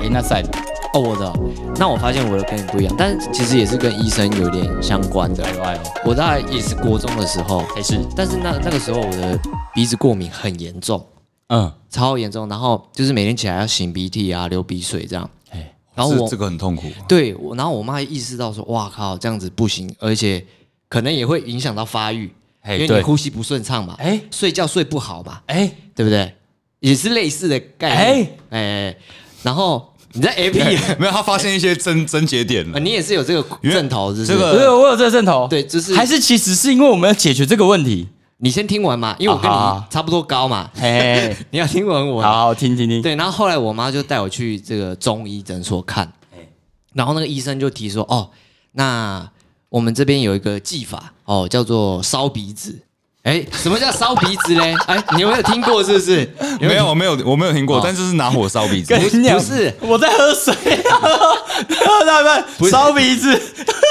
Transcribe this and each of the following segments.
诶，那赛的哦，我的哦，那我发现我的跟你不一样，但是其实也是跟医生有点相关的来。来哦，我大概也是国中的时候，才是，但是那那个时候我的鼻子过敏很严重，嗯，超严重，然后就是每天起来要擤鼻涕啊，流鼻水这样。哎，然后是我这个很痛苦，对，我然后我妈意识到说，哇靠，这样子不行，而且可能也会影响到发育，哎因为对你呼吸不顺畅嘛，哎睡觉睡不好嘛，哎，对不对？也是类似的概念，哎、然后你在 A P，、没有他发现一些症症结点呃了。你也是有这个正头，是不是？这个我有我有这个阵头，呃对就是还是其实是因为我们要解决这个问题，你先听完嘛，因为我跟啊好你啊差不多高嘛，哎，你要听完我。好好听听听，对，然后后来我妈就带我去这个中医诊所看，然后那个医生就提说，哦，那我们这边有一个技法，哦，叫做烧鼻子。哎，什么叫烧鼻子嘞？哎，你有没有听过？是不是？没有，我没有，我没有听过哦，但是是拿火烧鼻子跟。你讲不是我在喝水，啊喝到一半烧鼻子，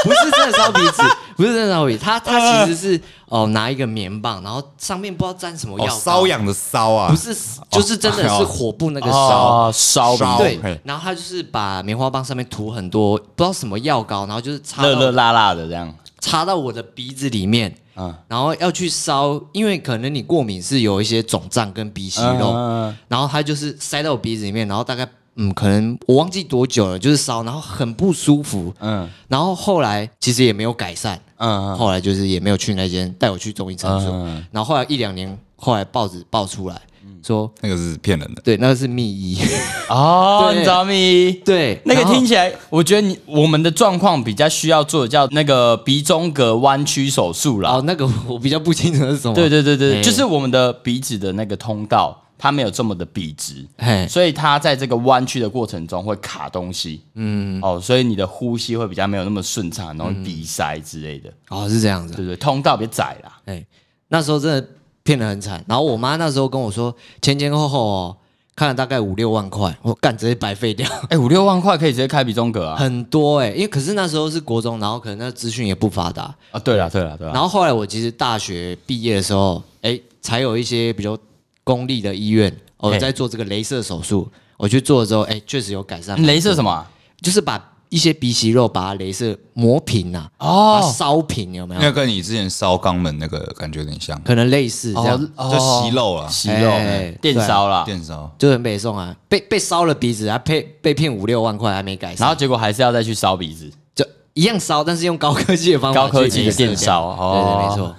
不是真的烧鼻子，不是真的烧鼻子，他他其实是哦拿一个棉棒，然后上面不知道沾什么哦，药膏，瘙痒的瘙啊，不是，就是真的是火部那个烧。哦烧烧鼻对子，嘿，然后他就是把棉花棒上面涂很多不知道什么药膏，然后就是擦热到热辣辣的这样，插到我的鼻子里面，嗯然后要去烧，因为可能你过敏是有一些肿胀跟鼻息肉，嗯然后它就是塞到我鼻子里面，然后大概嗯，可能我忘记多久了，就是烧，然后很不舒服，嗯然后后来其实也没有改善，嗯后来就是也没有去那间带我去中医诊所，嗯然后后来一两年，后来报纸报出来说，那个是骗人的。对，那个是秘医， 哦，对你着迷。对，那个然后听起来，我觉得你我们的状况比较需要做的叫那个鼻中隔弯曲手术啦。哦，那个我比较不清楚是什么，对，对对对，哎就是我们的鼻子的那个通道，它没有这么的笔直，嘿，所以它在这个弯曲的过程中会卡东西。嗯，哦，所以你的呼吸会比较没有那么顺畅，然后鼻塞之类的，哦是这样子对，不对？通道比较窄啦。哎、那时候真的骗得很惨。然后我妈那时候跟我说，前前后后哦，看了大概五六万块，我干直接白费掉， 哎，五六万块可以直接开鼻中隔啊！很多哎、因为可是那时候是国中，然后可能那资讯也不发达。 啊，对了对了对然了，后后来我其实大学毕业的时候，哎、才有一些比较公立的医院，我、嘿在做这个镭射手术，我去做了之后，哎、确实有改善，镭射什么啊？就是把一些鼻息肉把它镭射磨平呐、啊，把它哦烧平有没那有？跟你之前烧肛门那个感觉有点像，可能类似这样，哦就息肉啊，息肉哎电烧啦，电烧。就很北宋啊，被被烧了鼻子，还被被骗五六万块，还没改善，然后结果还是要再去烧鼻子。就一样烧，但是用高科技的方法，高科技的电烧哦对对，没错，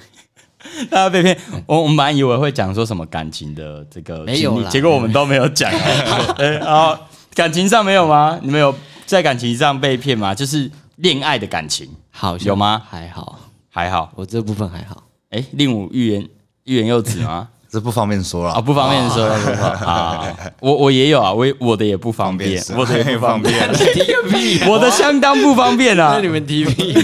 大啊家被骗，我我们本来以为会讲说什么感情的这个没有经历啦结果我们都没有讲。 哎，哦，感情上没有吗？你们有在感情上被骗吗？就是恋爱的感情好有吗？还好，还好。我这部分还 好， 哎，令武欲言欲言又止吗？这不方便说啊，了，不方便说，不方便啊。我我也有啊，我也我的也不方便，我我的也很方便。提个屁，我的相当不方便啊 那。你们提屁，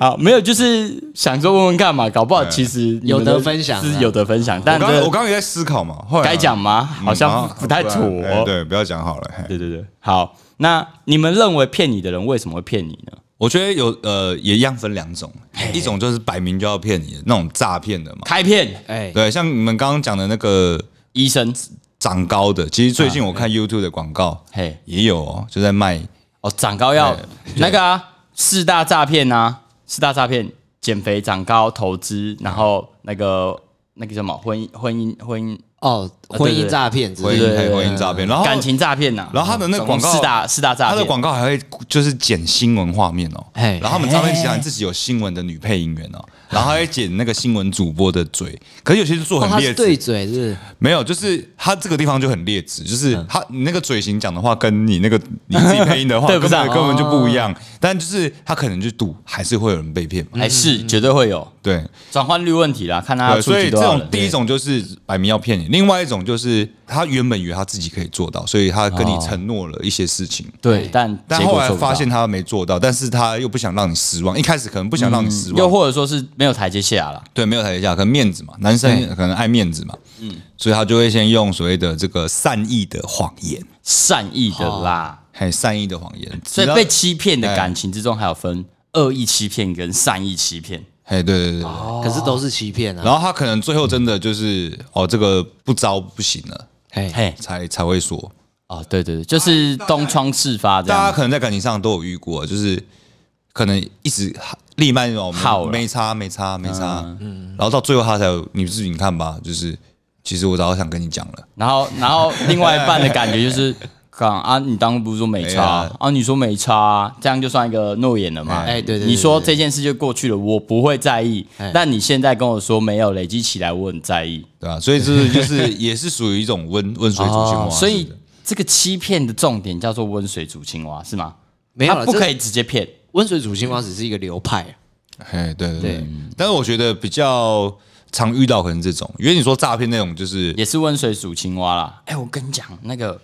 好，没有，就是想说问问看嘛，搞不好其实你们有得的分享啊是有得分享，我但刚这我刚刚也在思考嘛，后来啊嗯该讲吗？好像不不太妥。哎对，不要讲好了。嘿对对对，好，那你们认为骗你的人为什么会骗你呢？我觉得有呃，也一样分两种，一种就是摆明就要骗你的那种诈骗的嘛。开骗哎，对，像你们刚刚讲的那个医生，长高的，其实最近我看 YouTube 的广告嘿，也有哦，就在卖哦，长高要那个啊，四大诈骗啊，四大诈骗，减肥、长高、投资，然后那个那个叫什么婚姻、婚姻、婚姻、哦，啊婚姻诈骗之婚类姻的，嘿婚姻诈骗，然后感情诈骗呐，哦然后他的那个总共广告四大四大诈他的骗，广告还会就是剪新闻画面哦，嘿然后他们诈骗集团自己有新闻的女配音员哦，然后还会剪那个新闻主播的嘴，可是有些是做哦，很他劣是质，对嘴是不是，没有，就是他这个地方就很劣质，就是嗯他你那个嘴型讲的话，跟你那个你自己配音的 话，对不上哦根本根本就不一样。但就是他可能去赌，还是会有人被骗嘛。哎是绝对会有对，转换率问题啦，看他对，出所以去这多少种人。第一种就是摆明要骗你，另外一种就是他原本以为他自己可以做到，所以他跟你哦承诺了一些事情。对，但但结果后来做不到发现他没做到，但是他又不想让你失望，一开始可能不想让你失又望，或者说是没有台阶下啦。嗯对，没有台阶下，可能面子嘛，男生可能爱面子嘛，嗯，所以他就会先用所谓的这个善意的谎言，善意的啦。嘿，善意的谎言，所以直到被欺骗的感情之中，还有分恶意欺骗跟善意欺骗。嘿，对对对对，哦可是都是欺骗啊，然后他可能最后真的就是哦，这个不招不行了，哎，嘿，才才会说，哦，对对对，就是东窗事发这大家样。可能在感情上都有遇过，就是可能一直立慢那种耗了没差没差没差，然后到最后他才有你自己看吧，就是其实我早想跟你讲了，然后，然后另外一半的感觉 就是，刚啊，你当初不是说没差哎呀啊？你说没差啊，这样就算一个诺言了嘛？哎对对对你说对这件事就过去了，我不会在意哎。但你现在跟我说没有累积起来，我很在意。对吧、所以这 就是也是属于一种温温水煮青蛙哦，所是以的这个欺骗的重点叫做温水煮青蛙，是吗？没有他了，不可以。以直接骗。温水煮青蛙只是一个流派，啊嘿，对对对，对但是我觉得比较常遇到可能这种，因为你说诈骗那种就是也是温水煮青蛙啦。哎、我跟你讲，那个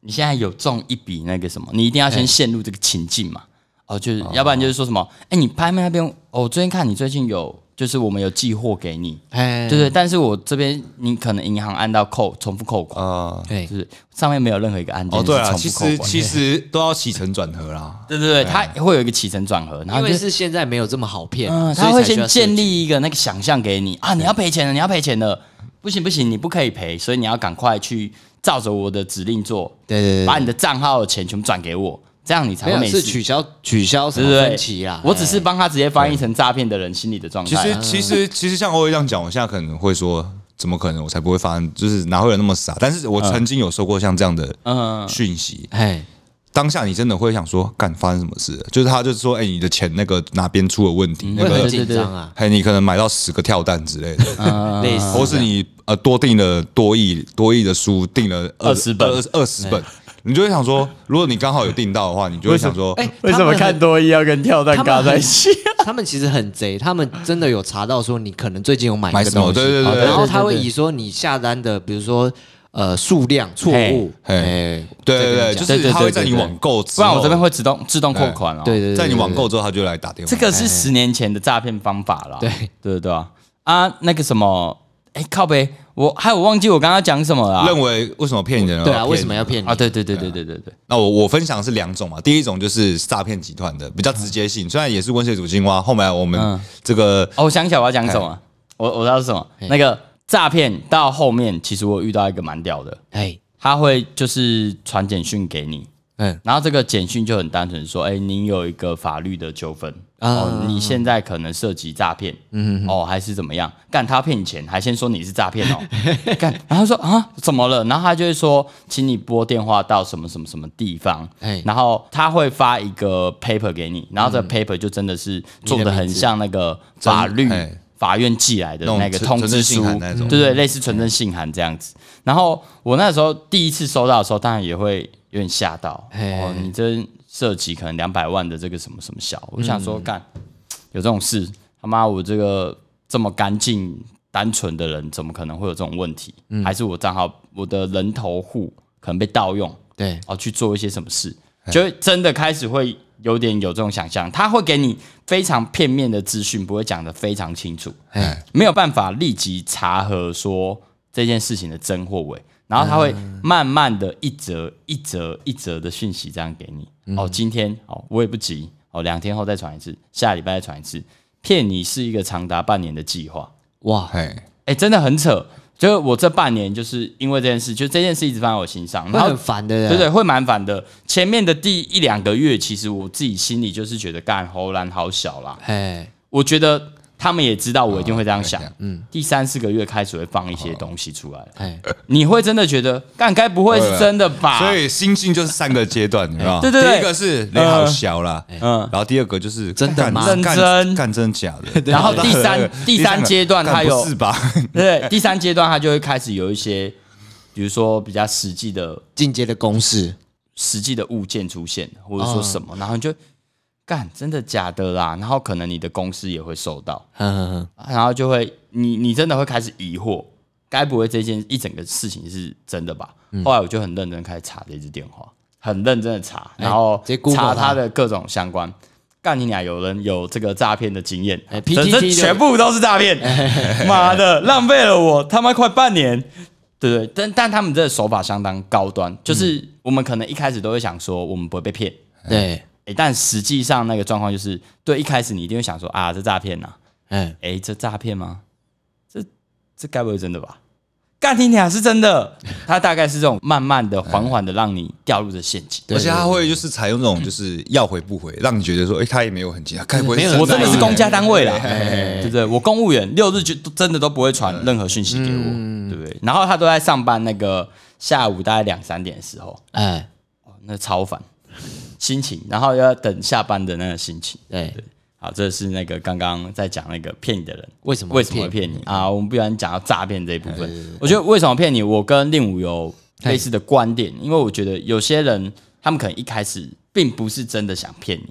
你现在有中一笔那个什么，你一定要先陷入这个情境嘛。哦，就是、要不然就是说什么，哎、你拍卖那边，哦，我最近看你最近有，就是我们有寄货给你，哎对对，但是我这边你可能银行按到扣重复扣款，啊。对就，是上面没有任何一个按键哦，是对重啊，复其扣实款。其实都要起承转合啦。 对对对，它会有一个起承转合，然因后就为哎是是现在没有这么好骗，嗯，所以他才会需要先设建计立一个那个想象给你啊，你要赔钱了，你要赔钱了，不行不行，你不可以赔，所以你要赶快去照着我的指令做，对对对把你的账号的钱全部转给我，这样你才没会有没是事，取消取消什对么不分对歧啦？哎我只是帮他直接翻译成诈骗的人心理的状其态实啊。其实其实像欧会这样讲，我现在可能会说，怎么可能？我才不会发生，就是哪会有那么傻？但是我曾经有收过像这样的嗯，讯息，哎当下你真的会想说，干发生什么事了？就是他就是说，哎、你的钱那个哪边出了问题，那会很个对对紧对张啊，哎，你可能买到十个跳蛋之类的，类嗯似或是你呃多订了多亿多亿的书，订了20本哎二十本，你就会想说，如果你刚好有订到的话，你就会想说，哎，他们很多一要跟跳蛋尬在一起？他们其实很贼，他们真的有查到说你可能最近有买买一个什么东西，对对对哦对然后对对他会对以说你下单的，比如说呃数量错误，嘿哎，对对对，这对边讲就对是对他会在你对对网购之 不后，然我这边会自动自动扣款哦。对对对，在你对网购之后，他就来打电话。这个是十年前的诈骗方法了。对对对啊啊，那个什么，哎、靠呗，我还有忘记我刚刚讲什么了啊认为为什么骗人？对啊，为什么要？骗你啊？？对对对对对对对，那我我分享是两种嘛，第一种就是诈骗集团的，比较直接性，虽然也是温水煮青蛙。后来我们嗯这个哦，我想起来我要讲什哎么，我我知道是什么，那个诈骗到后面，其实我遇到一个蛮屌的，哎，他会就是传简讯给你，嗯，然后这个简讯就很单纯说，哎、您有一个法律的纠纷，啊哦，你现在可能涉及诈骗，嗯，哦，还是怎么样？干他骗你钱，还先说你是诈骗哦，干，然后说啊怎么了？然后他就会说，请你拨电话到什么什么什么地方，哎然后他会发一个 paper 给你，然后这个 paper 就真的是做的很像那个法律真哎法院寄来的那个那种通知存书存证信函那种，嗯对对，类似存证信函这样子。然后我那时候第一次收到的时候，当然也会有点吓到，嘿哦，你这涉及可能两百万的这个什么什么小，我想嗯说干有这种事，他妈我这个这么干净单纯的人，怎么可能会有这种问题？嗯还是我账号我的人头户可能被盗用？对，哦去做一些什么事，哎就会真的开始会有点有这种想象，他会给你非常片面的资讯，不会讲得非常清楚，哎，没有办法立即查核说这件事情的真或伪，然后他会嗯慢慢的一则一则一则的讯息这样给你，嗯哦，今天哦我也不急，哦两天后再传一次，下礼拜再传一次，骗你是一个长达半年的计划，哇，哎，哎，真的很扯。就是我这半年，就是因为这件事，就这件事一直放在我心上，会然后很烦的，对对，会蛮烦的。前面的第一两个月，其实我自己心里就是觉得干喉兰好小啦。哎，我觉得他们也知道我一定会这样想哦对。嗯，第三四个月开始会放一些东西出来，哎，你会真的觉得干该不会是真的吧？所以心境就是三个阶段，你知道吗？对对对第一个是你好小啦，嗯嗯，然后第二个就是真的干吗干认真干真假的，然后第三 对第三阶段干它有不是 吧？对，第三阶段他就会开始有一些，比如说比较实际的进阶的公式，实际的物件出现，或者说什么，然后你就干真的假的啦，然后可能你的公司也会收到。哼哼哼，然后就会你你真的会开始疑惑，该不会这件一整个事情是真的吧？嗯后来我就很认真开始查这支电话，很认真的查，哎然后直接 Google 查它它的各种相关。干你俩有人有这个诈骗的经验哎，这 PTT 这的全部都是诈 骗，妈的，浪费了我他妈快半年。对对，但但他们这个手法相当高端，就是嗯我们可能一开始都会想说我们不会被骗，对，哎，但实际上那个状况就是，对，一开始你一定会想说啊，这诈骗呐、哎，哎，这诈骗吗？这这该不会真的吧？干你俩是真的，它大概是这种慢慢哎的、缓缓的让你掉入这陷阱。而且他会就是采用这种就是要回不回，让你觉得说，哎，他也没有很急，他该不会没有我真的是公家单位啦，哎对不对？我公务员六日就真的都不会传任何讯息给嗯我，对不对？然后他都在上班，那个下午大概两三点的时候，哎，哦那超烦心情，然后又要等下班的那个心情。对，好，这是那个刚刚在讲那个骗你的人为什么哎为什么会骗你啊？我们不然讲到诈骗这一部分，我觉得为什么骗你，我跟令武有类似的观点，因为我觉得有些人他们可能一开始并不是真的想骗你。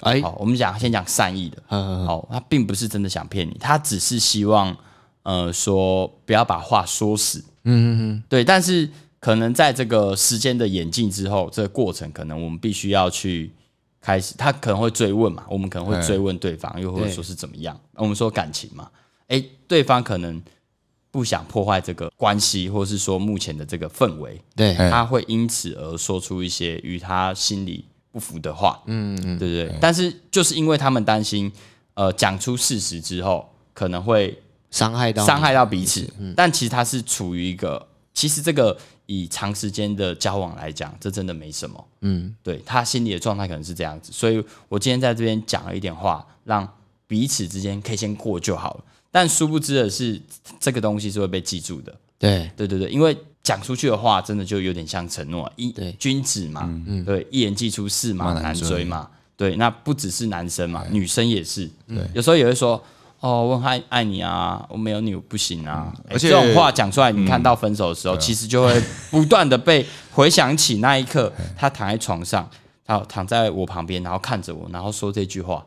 哎，好，我们讲先讲善意的，嗯好，哦他并不是真的想骗你，他只是希望呃说不要把话说死，嗯嗯对，但是可能在这个时间的演进之后，这个过程可能我们必须要去开始，他可能会追问嘛，我们可哎能会追问对方，又或者说是怎么样，我们说感情嘛，诶，对方可能不想破坏这个关系，或是说目前的这个氛围，对，哎他会因此而说出一些与他心里不符的话，嗯嗯，对不对？但是就是因为他们担心，呃，讲出事实之后可能会伤害到你伤害到彼此，嗯但其实他是处于一个，其实这个以长时间的交往来讲，这真的没什么，嗯，对他心里的状态可能是这样子，所以我今天在这边讲了一点话，让彼此之间可以先过就好了。但殊不知的是，这个东西是会被记住的，对对对对，因为讲出去的话，真的就有点像承诺，一对君子嘛，对，一言既出驷马马难难追追嘛，对，那不只是男生嘛，女生也是，有时候也会说。哦，我很爱爱你啊，我没有你我不行啊。诶而且这种话讲出来，你看到分手的时候，其实就会不断的被回想起那一刻，他躺在床上，他躺在我旁边，然后看着我，然后说这句话，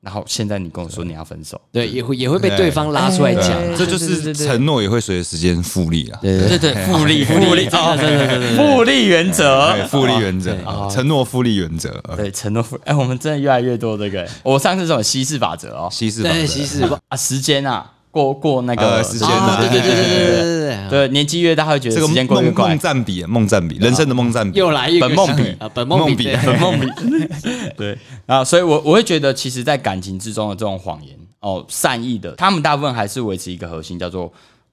然后现在你跟我说你要分手，对，也会也会被对哎方拉出来对讲啊，这就是承诺也会随着时间复利啊，对对对对，复利复利哦，对对对对，复利原则对，复利原则，啊承诺复利原则，呃对，承诺负。 哎、我们真的越来越多这个、哎我上次这种稀释法则哦，稀释法则对，其实吧，啊，时间啊，过过那个、呃时间啊啊对对对对对对对对对，对，年纪越大会觉这得个时间过得越梦快梦，占比，梦占比，人生的梦占比又来一个本梦比啊，本梦比，梦比对本梦比。对啊，所以我我会觉得，其实，在感情之中的这种谎言哦，善意的，他们大部分还是维持一个核心，叫做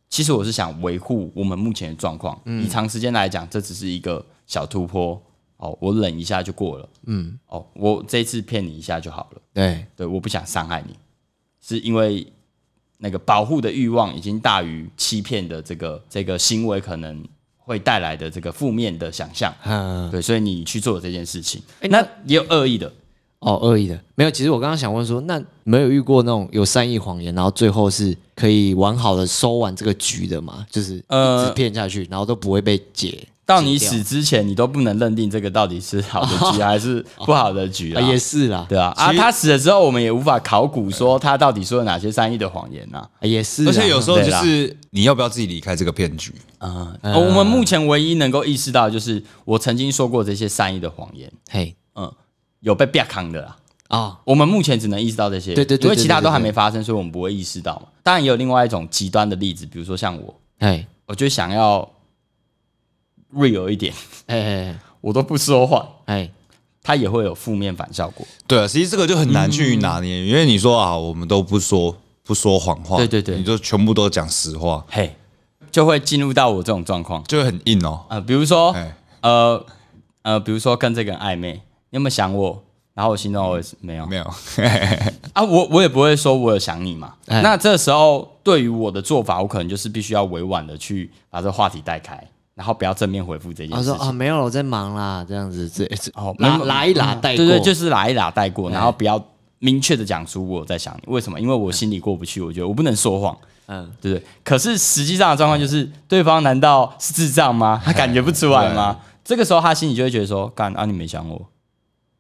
其实我是想维护我们目前的状况。嗯以长时间来讲，这只是一个小突破哦，我忍一下就过了。嗯，哦，我这次骗你一下就好了。 对对，我不想伤害你，是因为那个保护的欲望已经大于欺骗的这个这个行为可能会带来的这个负面的想象，嗯，对，所以你去做这件事情，诶那也有恶意的，哦，恶意的没有。其实我刚刚想问说，那没有遇过那种有善意谎言，然后最后是可以完好的收完这个局的嘛？就是一呃直骗下去，然后都不会被解，到你解掉死之前，你都不能认定这个到底是好的局还是不好的局啊啊。也是啦，对啊，啊，他死了之后，我们也无法考古说他到底说了哪些善意的谎言呐、啊也是啦，而且有时候对就啦是你要不要自己离开这个骗局？啊。呃我们目前唯一能够意识到，就是我曾经说过这些善意的谎言，嘿嗯，有被别扛的啦。啊，我们目前只能意识到这些，对对对因为其他对对都还对没发生，所以我们不会意识到嘛。当然也有另外一种极端的例子，比如说像我，嘿我就想要 real 一点，嘿嘿我都不说话，嘿，它也会有负面反效果。对啊，其实这个就很难去嗯拿捏，因为你说啊，我们都不说不说谎话，对对对你就全部都讲实话，嘿，就会进入到我这种状况就会很硬哦。啊、呃比如说哎，呃呃，比如说跟这个人暧昧，你有没有想我？然后我心中嗯我也是没有没有，啊，我我也不会说我有想你嘛。哎那这时候对于我的做法，我可能就是必须要委婉的去把这个话题带开，然后不要正面回复这件他事说情。啊没有，我在忙啦，这样子这这哦拉没有拉一拉带过，对对，就是拉一拉带过，然后不要明确的讲出我在想你。为什么？因为我心里过不去，我觉得我不能说谎，嗯对不对？可是实际上的状况就是，对方难道是智障吗？ 他感觉不出来吗？这个时候他心里就会觉得说，干啊，你没想我，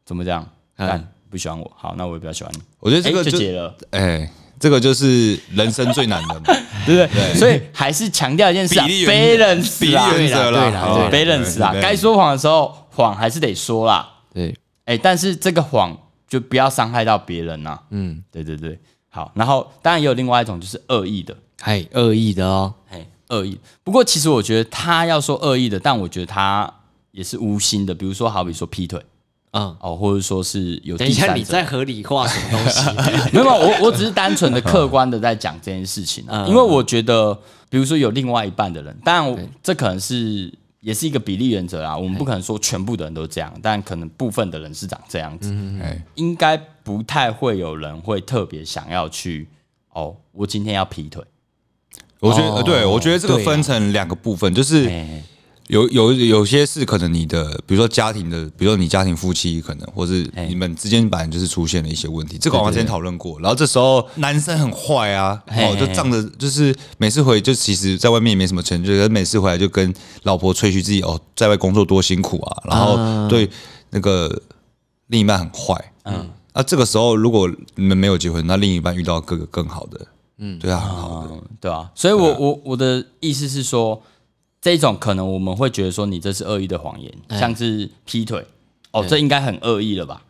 怎么这样？嗯干不喜欢我，好，那我也不要喜欢你，我觉得哎这个就就解了，哎，这个就是人生最难 的嘛对不对？所以还是强调一件事啊比例，balance 原啊比例原对啦对则啦，啦好吧 balance 啊对，该说谎的时候谎还是得说啦。对哎、但是这个谎就不要伤害到别人呐、嗯，对对对，好。然后当然也有另外一种就是恶意的，嘿恶意的哦，哎，恶意。不过其实我觉得他要说恶意的，但我觉得他也是无心的。比如说，好比说劈腿，嗯，哦，或者说是有等一第下三你者。在合理化什么东西？ 没有，没有我我只是单纯的、客观的在讲这件事情、嗯啊，因为我觉得，比如说有另外一半的人，当然我这可能是也是一个比例原则啊，我们不可能说全部的人都这样，但可能部分的人是长这样子，哎，应该不太会有人会特别想要去哦，我今天要劈腿，我觉得呃对，我觉得这个对啊分成两个部分，就是哎有有有些是可能你的，比如说家庭的，比如说你家庭夫妻可能，或是你们之间本来就是出现了一些问题，这个我们之前讨论过。然后这时候男生很坏啊，哦，就仗着就是每次回就其实在外面也没什么成就，可是每次回来就跟老婆吹嘘自己哦，在外工作多辛苦啊，然后对那个另一半很坏，嗯。啊，这个时候如果你们没有结婚，那另一半遇到各个更好的，嗯，对啊，很好的，嗯，对啊，所以我我我的意思是说，这种可能我们会觉得说你这是恶意的谎言，像是劈腿，哦，这应该很恶意了吧？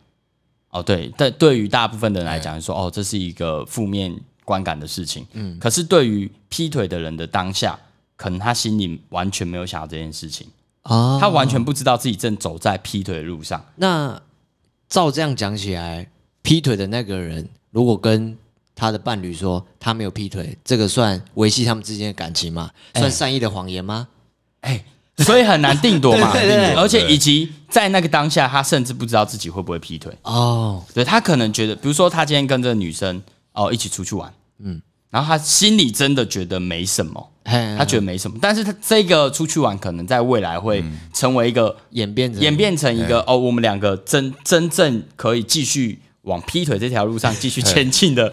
哦，对，但对于大部分的人来讲说，哦，这是一个负面观感的事情。嗯，可是对于劈腿的人的当下，可能他心里完全没有想到这件事情，啊，他完全不知道自己正走在劈腿的路上。那照这样讲起来，劈腿的那个人如果跟他的伴侣说他没有劈腿，这个算维系他们之间的感情吗？算善意的谎言吗？哎，所以很难定夺嘛，对对对而且以及在那个当下，他甚至不知道自己会不会劈腿。哦，对他可能觉得，比如说他今天跟这个女生哦一起出去玩，嗯，嗯然后他心里真的觉得没什么，他他觉得没什么，但是他这个出去玩可能在未来会成为一个、演变成演变成一个、哦，我们两个真真正可以继续往劈腿这条路上继续前进的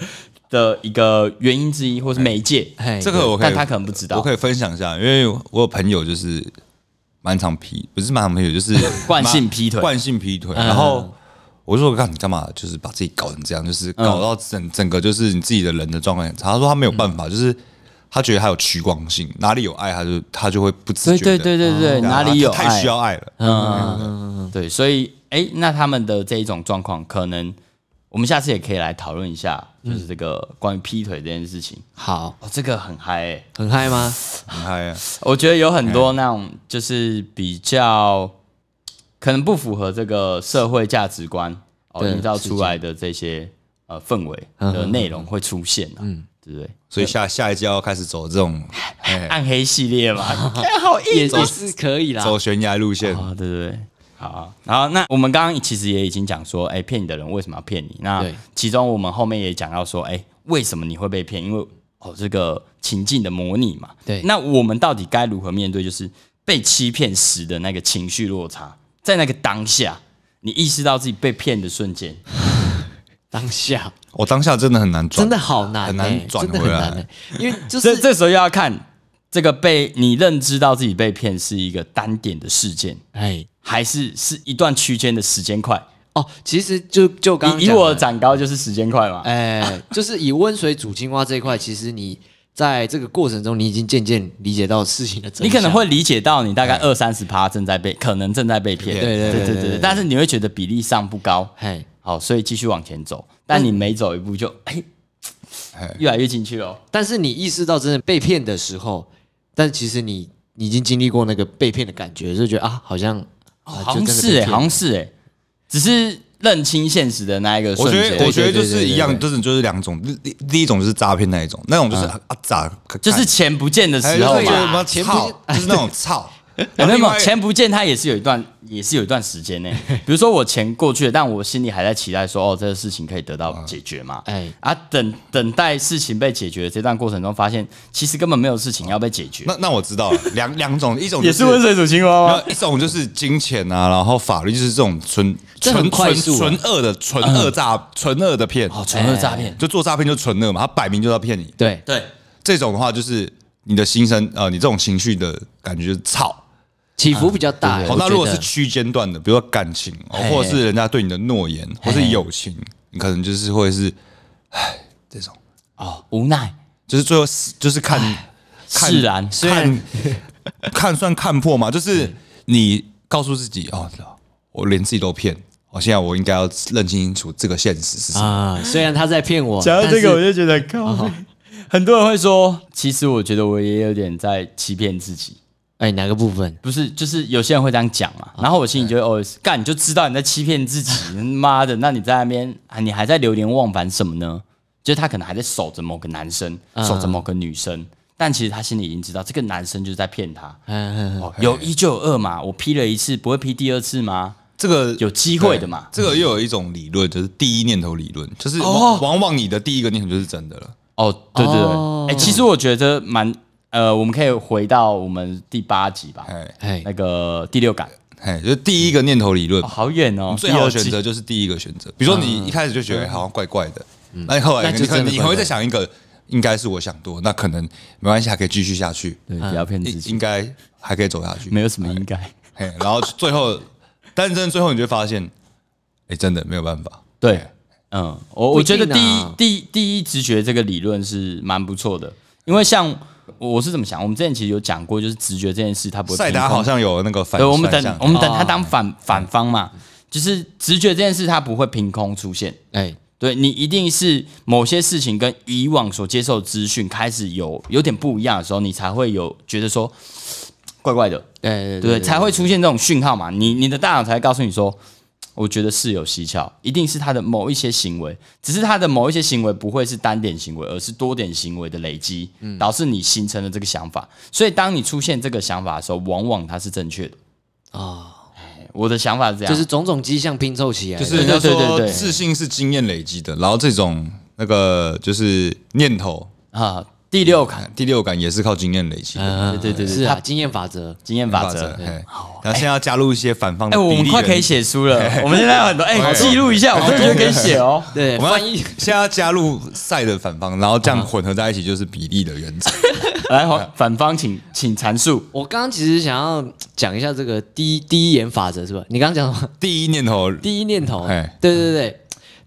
的一个原因之一，或是媒介。嘿这个我可以，但他可能不知道我可以分享一下，因为我有朋友就是蛮常劈，不是蛮常劈腿，就是 惯性劈腿嗯蛮惯性劈腿。然后我就说：“看你干嘛？就是把自己搞成这样，就是搞嗯到整整个就是你自己的人的状况很差。”他说他没有办嗯法，就是他觉得他有趋光性，哪里有爱，他就他就会不自对觉的。对对对对，啊哪里有他太爱嗯需？要爱了。嗯对，所以哎、诶那他们的这一种状况，可能我们下次也可以来讨论一下，就是这个关于劈腿这件事情。好，哦，这个很嗨诶、很嗨吗？很嗨啊！我觉得有很嗯多那种就是比较可能不符合这个社会价值观哦对嗯营造出来的这些呃氛围的内容会出现啊，嗯，对不对？所以下下一季要开始走这种 哎暗黑系列 嘛，哎好嗯也硬也是可以啦。走悬崖路线，啊，对对对，好啊。然后那我们刚刚其实也已经讲说，哎，骗你的人为什么要骗你？那对其中我们后面也讲到说，哎，为什么你会被骗？因为哦，这个情境的模拟嘛。对那我们到底该如何面对？就是被欺骗时的那个情绪落差，在那个当下，你意识到自己被骗的瞬间，当下我当下真的很难转，真的好难、欸，很难转真的回很来难、欸，因为就 这是这时候又要看这个被你认知到自己被骗是一个单点的事件，哎还是是一段区间的时间块？哦，其实就就刚刚以以讲我的的长高就是时间块嘛。哎，就是以温水煮青蛙这一块，其实你在这个过程中，你已经渐渐理解到事情的真相。你可能会理解到，你大概二三十趴正在被，可能正在被骗，嗯对对对对对对对对但是你会觉得比例上不高，嘿，好，所以继续往前走。但嗯你每走一步就哎，越来越进去了。但是你意识到真的被骗的时候，但其实你你已经经历过那个被骗的感觉，就觉得啊，好像、啊好像是哎，好像是哎，只是认清现实的那一个我瞬觉得，间，我觉得就是一样，就是就是两种，第第一种就是诈骗那一种，那种就是啊诈，嗯就是钱不见的还时候哎就是什嘛。么钱操，就是那种操，然有后另没外有哎钱不见，它也是有一段，也是有一段时间呢。 比如说我钱过去了，但我心里还在期待说，哦，这个事情可以得到解决嘛。哎啊，等等待事情被解决的这段过程中，发现其实根本没有事情要被解决，那那我知道了，两两种，一种就也是温水煮青蛙然吗？后一种就是金钱啊，然后法律就是这种纯这很纯快纯速啊纯恶的纯恶诈纯恶的骗，嗯哎哦，纯恶诈骗，就做诈骗就纯恶嘛，他摆明就要骗你。对对，这种的话就是你的心声，呃，你这种情绪的感觉就是操。起伏比较大、啊欸。好，我那如果觉是得区间段的，比如说感情，哦嘿或者是人家对你的诺言，或是友情，你可能就是会是，唉，这种哦，无奈就是最后是就是看看释然，看 看算看破嘛，就是你告诉自己哦，我连自己都骗，我现在我应该要认清楚这个现实是什么。啊，虽然他在骗我， 讲到这但是个，我就觉哦得靠，很多人会说，其实我觉得我也有点在欺骗自己。哎，哪个部分？不是，就是有些人会这样讲嘛，然后我心里就会 OS：干，你就知道你在欺骗自己，妈的！那你在那边啊，你还在流连忘返什么呢？就是他可能还在守着某个男生，守着某个女生，但其实他心里已经知道这个男生就是在骗他。嗯，哦，有一就有二嘛，我批了一次，不会批第二次吗？这个有机会的嘛对这个又有一种理论，就是第一念头理论，就是往往往你的第一个念头就是真的了。哦，对对对，哎、哦其实我觉得蛮呃，我们可以回到我们第八集吧，哎哎那，个第六感，哎，就是第一个念头理论哦、，好远哦，最好的第二选集择就是第一个选择。嗯比如说你一开始就觉得哎好像怪怪的，那你后来那你就可真的能怪你怪会再想一个，应该是我想多，那可能没关系，还可以继续下去，对，不要骗自应己，应该还可以走下去。没有什么应该。嘿，然后最后，但是真的最后你就会发现，哎，真的没有办法。对，嗯，我不我一定觉啊得第一第一第一直觉这个理论是蛮不错的，因为像我我是怎么想，我们之前其实有讲过，就是直觉这件事，它不会赛达凭空好像有那个反，对，我们反向等我们等他哦当反、反方嘛，就是直觉这件事，它不会凭空出现。哎，对你一定是某些事情跟以往所接受的资讯开始有有点不一样的时候，你才会有觉得说 怪怪的，对对啊不对？才会出现这种讯号嘛。你你的大脑才会告诉你说，我觉得是有蹊跷，一定是他的某一些行为，只是他的某一些行为不会是单点行为，而是多点行为的累积，导致你形成了这个想法。所以当你出现这个想法的时候，往往它是正确的。哎啊，我的想法哦是这样，就是种种迹象拼凑起来就的，是人对家对对说对对自信是经验累积的，然后这种那个就是念头，啊，第六感。第六感也是靠经验累积的嗯，对对对对是他啊，经验法则，经验法则，嘿然后现在要加入一些反方的哎、我比们例快可以原写书 了，我们现在有很多哎，对记录一下，我们就可以写哦。对，我们翻要译 现在要加入赛的反方，然后这嗯样混合在一起就是比例的原则。 来，好反方请请阐述。我刚刚其实想要讲一下这个 第一第一眼法则是吧？你刚刚讲什么？ 第一念头，第一念头啊哎，对对对。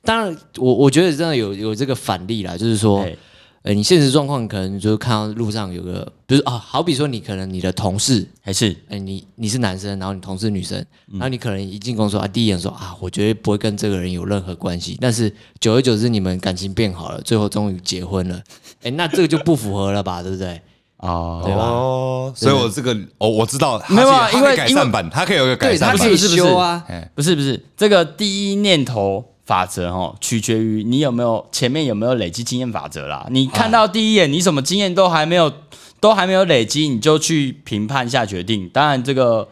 当然，我我觉得真的有有这个反例啦，就是说哎，呃，你现实状况可能就是看到路上有个，比如啊，好比说你可能你的同事，还是哎，你你是男生，然后你同事女生，嗯然后你可能一进公司啊，第一眼说啊，我绝对不会跟这个人有任何关系，但是久而久之你们感情变好了，最后终于结婚了，哎，那这个就不符合了吧，对不对？哦，对吧哦，所以我这个哦，我知道，没有啊它可以因为它可以改善版，它可以有一个改对，他善不是可以版不。是不是修啊，哎不是不是，这个第一念头法则哦，取决于你有没有前面有没有累积经验法则啦。你看啊到第一眼，你什么经验都还没有，都还没有累积，你就去评判下决定。当然，这个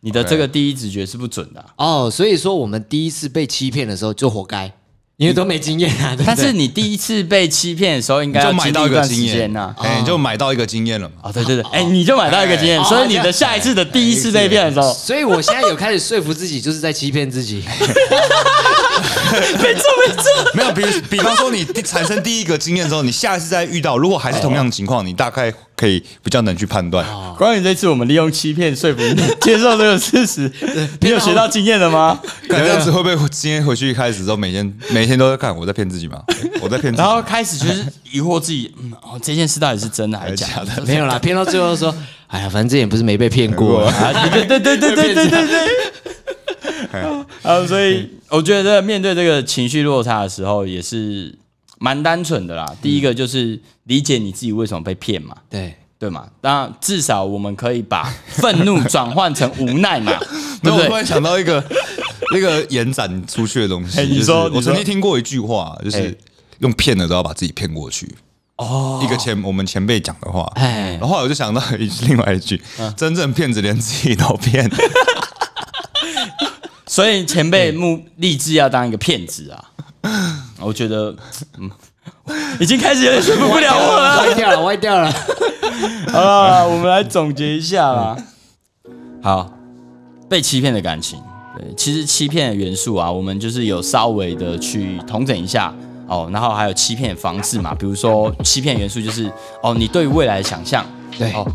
你的 OK 这个第一直觉是不准的啊、哦，所以说我们第一次被欺骗的时候就活该，因为都没经验啊。对不 对但是你第一次被欺骗的时候，应你该要就经买历到一一个段经时间啊验呐、哎，你就买到一个经验 了嘛。哦，对 对对，哎、你就买到一个经验，哦哎所以你的下一次的第一次被骗的时候，所以我现在有开始说服自己， 就是在欺骗自己。没错没错，没有，比如比方说你第产生第一个经验之后，你下一次再遇到，如果还是同样的情况，你大概可以比较能去判断。关于这次我们利用欺骗说服你接受这个事 实，你有学到经验了吗？感觉这样子会不会今天回去一开始之后，每天每天都在看我在骗自己吗？我在骗自己然后吗。开始就是疑惑自己，嗯，哦，这件事到底是真的还是假 假的？的，没有啦，骗到最后说，哎呀，反正之前也不是没被骗过 啊。啊，对对对对对对对对对。啊，所以我觉得面对这个情绪落差的时候，也是蛮单纯的啦。第一个就是理解你自己为什么被骗嘛， 对，对嘛？当然，至少我们可以把愤怒转换成无奈 嘛，对那不我对突？然想到 一个那个延展出去的东西，哎你就是说你说我曾经听过一句话，就哎是用骗的都要把自己骗过去。哦，一个前我们前辈讲的话，哎然，后后来我就想到一另外一句，嗯真正骗子连自己都骗。所以前辈目立志要当一个骗子啊，我觉得，嗯，已经开始有点说服不了我了。歪掉了，歪掉了。 好啦，我们来总结一下啦。好，被欺骗的感情，对，其实欺骗的元素啊，我们就是有稍微的去统整一下哦，然后还有欺骗的方式嘛，比如说欺骗元素就是哦，你对于未来的想象，对哦。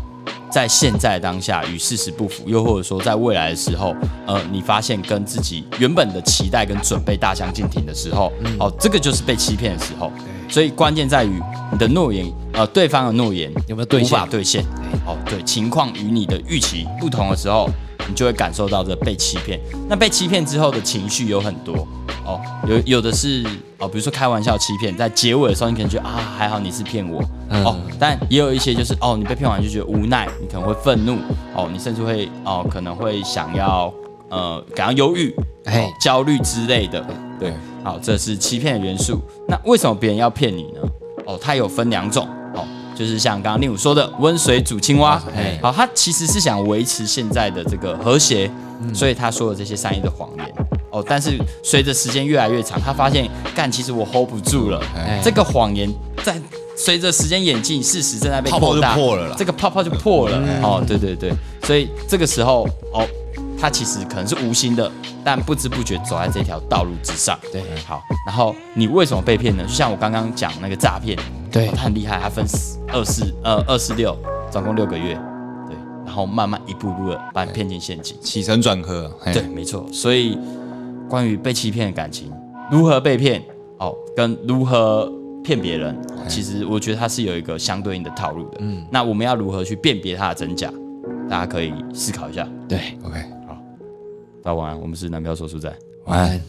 在现在当下与事实不符，又或者说在未来的时候，呃，你发现跟自己原本的期待跟准备大相径庭的时候，哦，这个就是被欺骗的时候。所以关键在于你的诺言，呃，对方的诺言有没有兑现无法对现。哦，对，情况与你的预期不同的时候，你就会感受到这被欺骗。那被欺骗之后的情绪有很多哦，有有的是哦，比如说开玩笑欺骗，在结尾的时候你可能觉得啊，还好你是骗我，哦，但也有一些就是哦，你被骗完就觉得无奈，你可能会愤怒哦，你甚至会哦，可能会想要呃感到忧郁、哎哎焦虑之类的。对哎，好，这是欺骗的元素。那为什么别人要骗你呢？哦，它有分两种哦，就是像刚刚令武说的温水煮青蛙，哎，哎好，他其实是想维持现在的这个和谐，嗯所以他说了这些善意的谎言。哦，但是随着时间越来越长，他发现干，其实我 hold 不住了，哎这个谎言在随着时间演进，事实正在被泡泡扩大就破了啦这个泡泡就破了。哦，对对对，所以这个时候，哦，他其实可能是无心的，但不知不觉走在这条道路之上。对，好，然后你为什么被骗呢？就像我刚刚讲那个诈骗，对哦他很厉害，他分二四呃二四六，总共六个月，对，然后慢慢一步一步的把你骗进陷阱。起承转合，嘿对，，哎没错。所以关于被欺骗的感情，如何被骗哦，跟如何骗别人，其实我觉得它是有一个相对应的套路的。哎嗯，那我们要如何去辨别它的真假？大家可以思考一下。啊对， ，OK，大家晚安，我们是南漂说书仔。晚安。